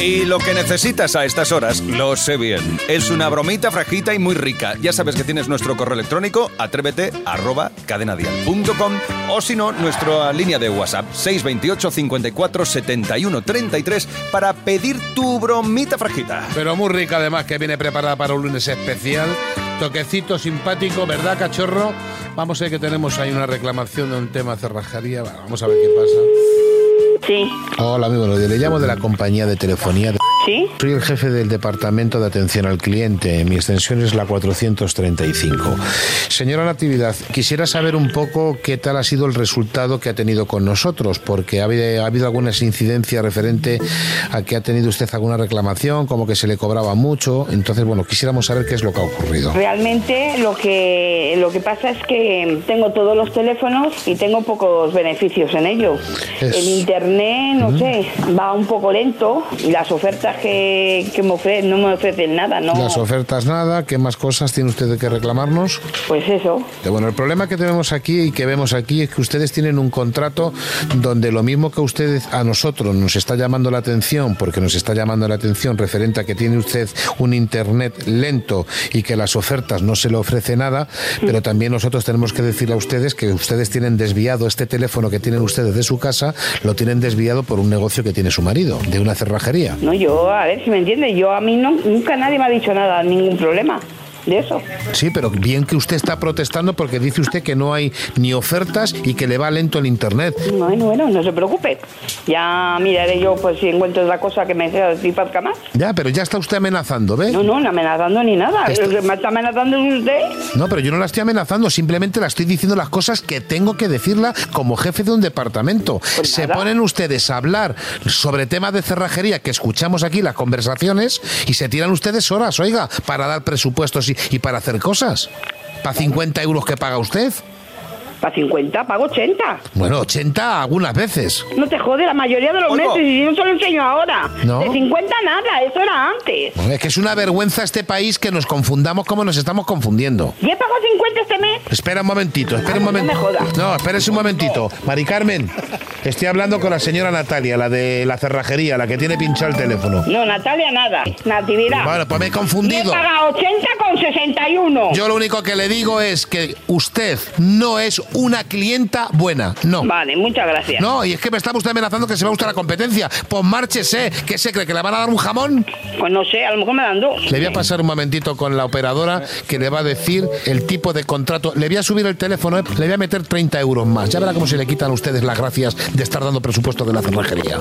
Y lo que necesitas a estas horas, lo sé bien. Es una bromita frajita y muy rica. Ya sabes que tienes nuestro correo electrónico, atrévete, arroba, cadenadial.com o si no, nuestra línea de WhatsApp, 628 54 71 33 para pedir tu bromita frajita. Pero muy rica además, que viene preparada para un lunes especial. Toquecito simpático, ¿verdad, cachorro? Vamos a ver que tenemos ahí una reclamación de un tema cerrajería. Bueno, vamos a ver qué pasa. Sí, Hola, muy buenos días. Le llamo de la compañía de telefonía. de- sí. Soy el jefe del departamento de atención al cliente. Mi extensión es la 435. Señora Natividad, quisiera saber un poco qué tal ha sido el resultado que ha tenido con nosotros, porque ha habido, ha habido algunas incidencias referente a que ha tenido usted alguna reclamación, como que se le cobraba mucho. Entonces, bueno, quisiéramos saber qué es lo que ha ocurrido. Realmente lo que lo que pasa es que tengo todos los teléfonos y tengo pocos beneficios en ello. Es- El internet, no sé, va un poco lento y las ofertas que, que me ofrecen no me ofrecen nada, ¿no? Las ofertas nada, ¿qué más cosas tiene usted que reclamarnos? Pues eso. Que, Bueno, el problema que tenemos aquí y que vemos aquí es que ustedes tienen un contrato donde lo mismo que ustedes a nosotros nos está llamando la atención, porque nos está llamando la atención referente a que tiene usted un internet lento y que las ofertas no se le ofrece nada, pero también nosotros tenemos que decirle a ustedes que ustedes tienen desviado este teléfono que tienen ustedes de su casa, lo tienen desviado por un negocio que tiene su marido, de una cerrajería. No, yo, a ver si me entiendes, yo a mí no, nunca nadie me ha dicho nada, ningún problema de eso. Sí, pero bien que usted está protestando porque dice usted que no hay ni ofertas y que le va lento el internet. Bueno, bueno, no se preocupe. Ya miraré yo pues si encuentro otra cosa que me sea simpática más. Ya, pero ya está usted amenazando, ¿ve? No, no, no amenazando ni nada. Esto- Lo que me está amenazando es usted. No, pero yo no la estoy amenazando, simplemente la estoy diciendo las cosas que tengo que decirla como jefe de un departamento. Pues Se nada. ponen ustedes a hablar sobre temas de cerrajería que escuchamos aquí las conversaciones y se tiran ustedes horas, oiga, para dar presupuestos y, y para hacer cosas. ¿Para 50 euros que paga usted? Para 50, pago 80. Bueno, 80 algunas veces. No te jode la mayoría de los Oigo. meses y yo se lo enseño ahora. No. De 50 nada, eso era antes. Bueno, Es que es una vergüenza este país que nos confundamos como nos estamos confundiendo. ¿Y he pagado 50 este mes? Espera un momentito, espera un No me momentito. jodas. No, espérese un momentito. Mari Carmen, estoy hablando con la señora Natalia, la de la cerrajería, la que tiene pinchado el teléfono. No, Natalia, nada. Natividad. Bueno, pues me he Y he confundido. pagado 80 con 61. Yo lo único que le digo es que usted no es una clienta buena, no. Vale, muchas gracias. No, y es que me está usted amenazando que se va a usted a la competencia. Pues márchese, ¿qué se cree? ¿Que le van a dar un jamón? Pues no sé, a lo mejor me dan dos. Le voy a pasar un momentito con la operadora que le va a decir el tipo de contrato. Le voy a subir el teléfono, ¿eh? le voy a meter 30 euros más. Ya verá cómo se le quitan a ustedes las gracias de estar dando presupuesto de la cerrajería.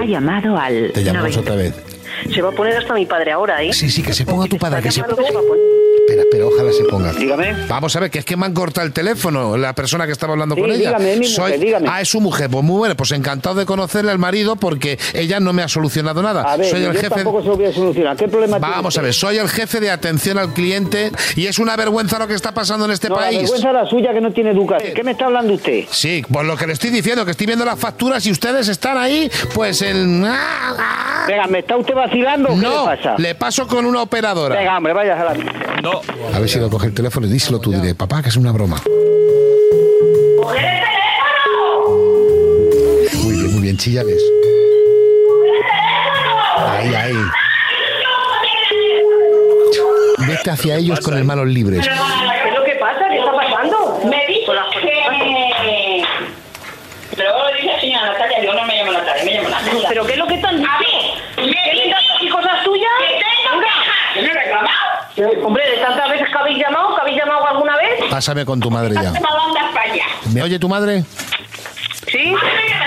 Ha llamado al. Te llamamos 90. otra vez. Se va a poner hasta mi padre ahora, ¿eh? Sí, sí, que se ponga tu padre, que se... Está llamado, se va a poner. Espera, espera, ojalá se ponga. Dígame. Vamos a ver, que es que me han cortado el teléfono la persona que estaba hablando Sí, con ella. dígame, es mi mujer, dígame. Ah, es su mujer. Pues muy bueno, pues encantado de conocerle al marido porque ella no me ha solucionado nada. A ver, Soy yo el jefe... tampoco se lo voy a solucionar. ¿Qué problema tiene Vamos usted? a ver, soy el jefe de atención al cliente y es una vergüenza lo que está pasando en este No, la país. vergüenza la suya que no tiene educación. ¿Qué me está hablando usted? Sí, por lo que le estoy diciendo, que estoy viendo las facturas y ustedes están ahí, pues en... ¡Ah! Venga, ¿me está usted vacilando o qué No, le pasa? le paso con una operadora. Venga, hombre, vaya a la... No, A ver si lo coge el teléfono y díselo tú, diré, papá, que es una broma. Muy bien, muy bien, chillales. Ahí, ahí. Vete hacia ellos con hermanos libres. ¿Qué es lo que pasa? ¿Qué está pasando? Me dice que... Pero luego le dije así a Natalia, yo no me llamo Natalia, me llamo Natalia. ¿Pero qué es lo que están A diciendo? mí, me ¿Qué le dice y cosas tuyas? que tengo Venga. quejas. ¿Que me he reclamado? Hombre, de tantas veces que habéis llamado, que habéis llamado alguna vez. Pásame con tu madre ya. Estás mandando a España. ¿Me oye tu madre? ¿Sí?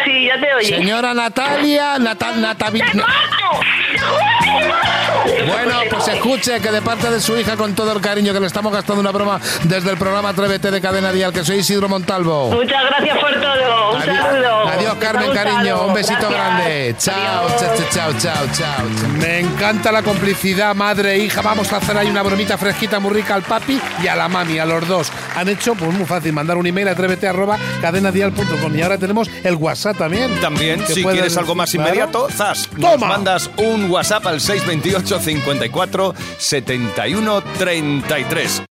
Sí, ya te oye. Señora Natalia, Natal, ¡Mato! ¡Te juro que te mato! Bueno, pues escuche que de parte de su hija, con todo el cariño que le estamos gastando una broma desde el programa Atrévete de Cadena Dial, que soy Isidro Montalvo. Muchas gracias por todo. Un saludo. Adiós, adiós, Carmen, Un saludo. cariño. Un besito Gracias. grande. Chao, chao, chao, chao, chao. Me encanta la complicidad, madre e hija. Vamos a hacer ahí una bromita fresquita muy rica al papi y a la mami, a los dos. Han hecho, pues muy fácil, mandar un email a atrévete arroba cadenadial.com. Y ahora tenemos el WhatsApp también. También, Que si pueden- quieres algo más Claro. inmediato, zas, nos Toma. mandas un WhatsApp al 628 54 71 33.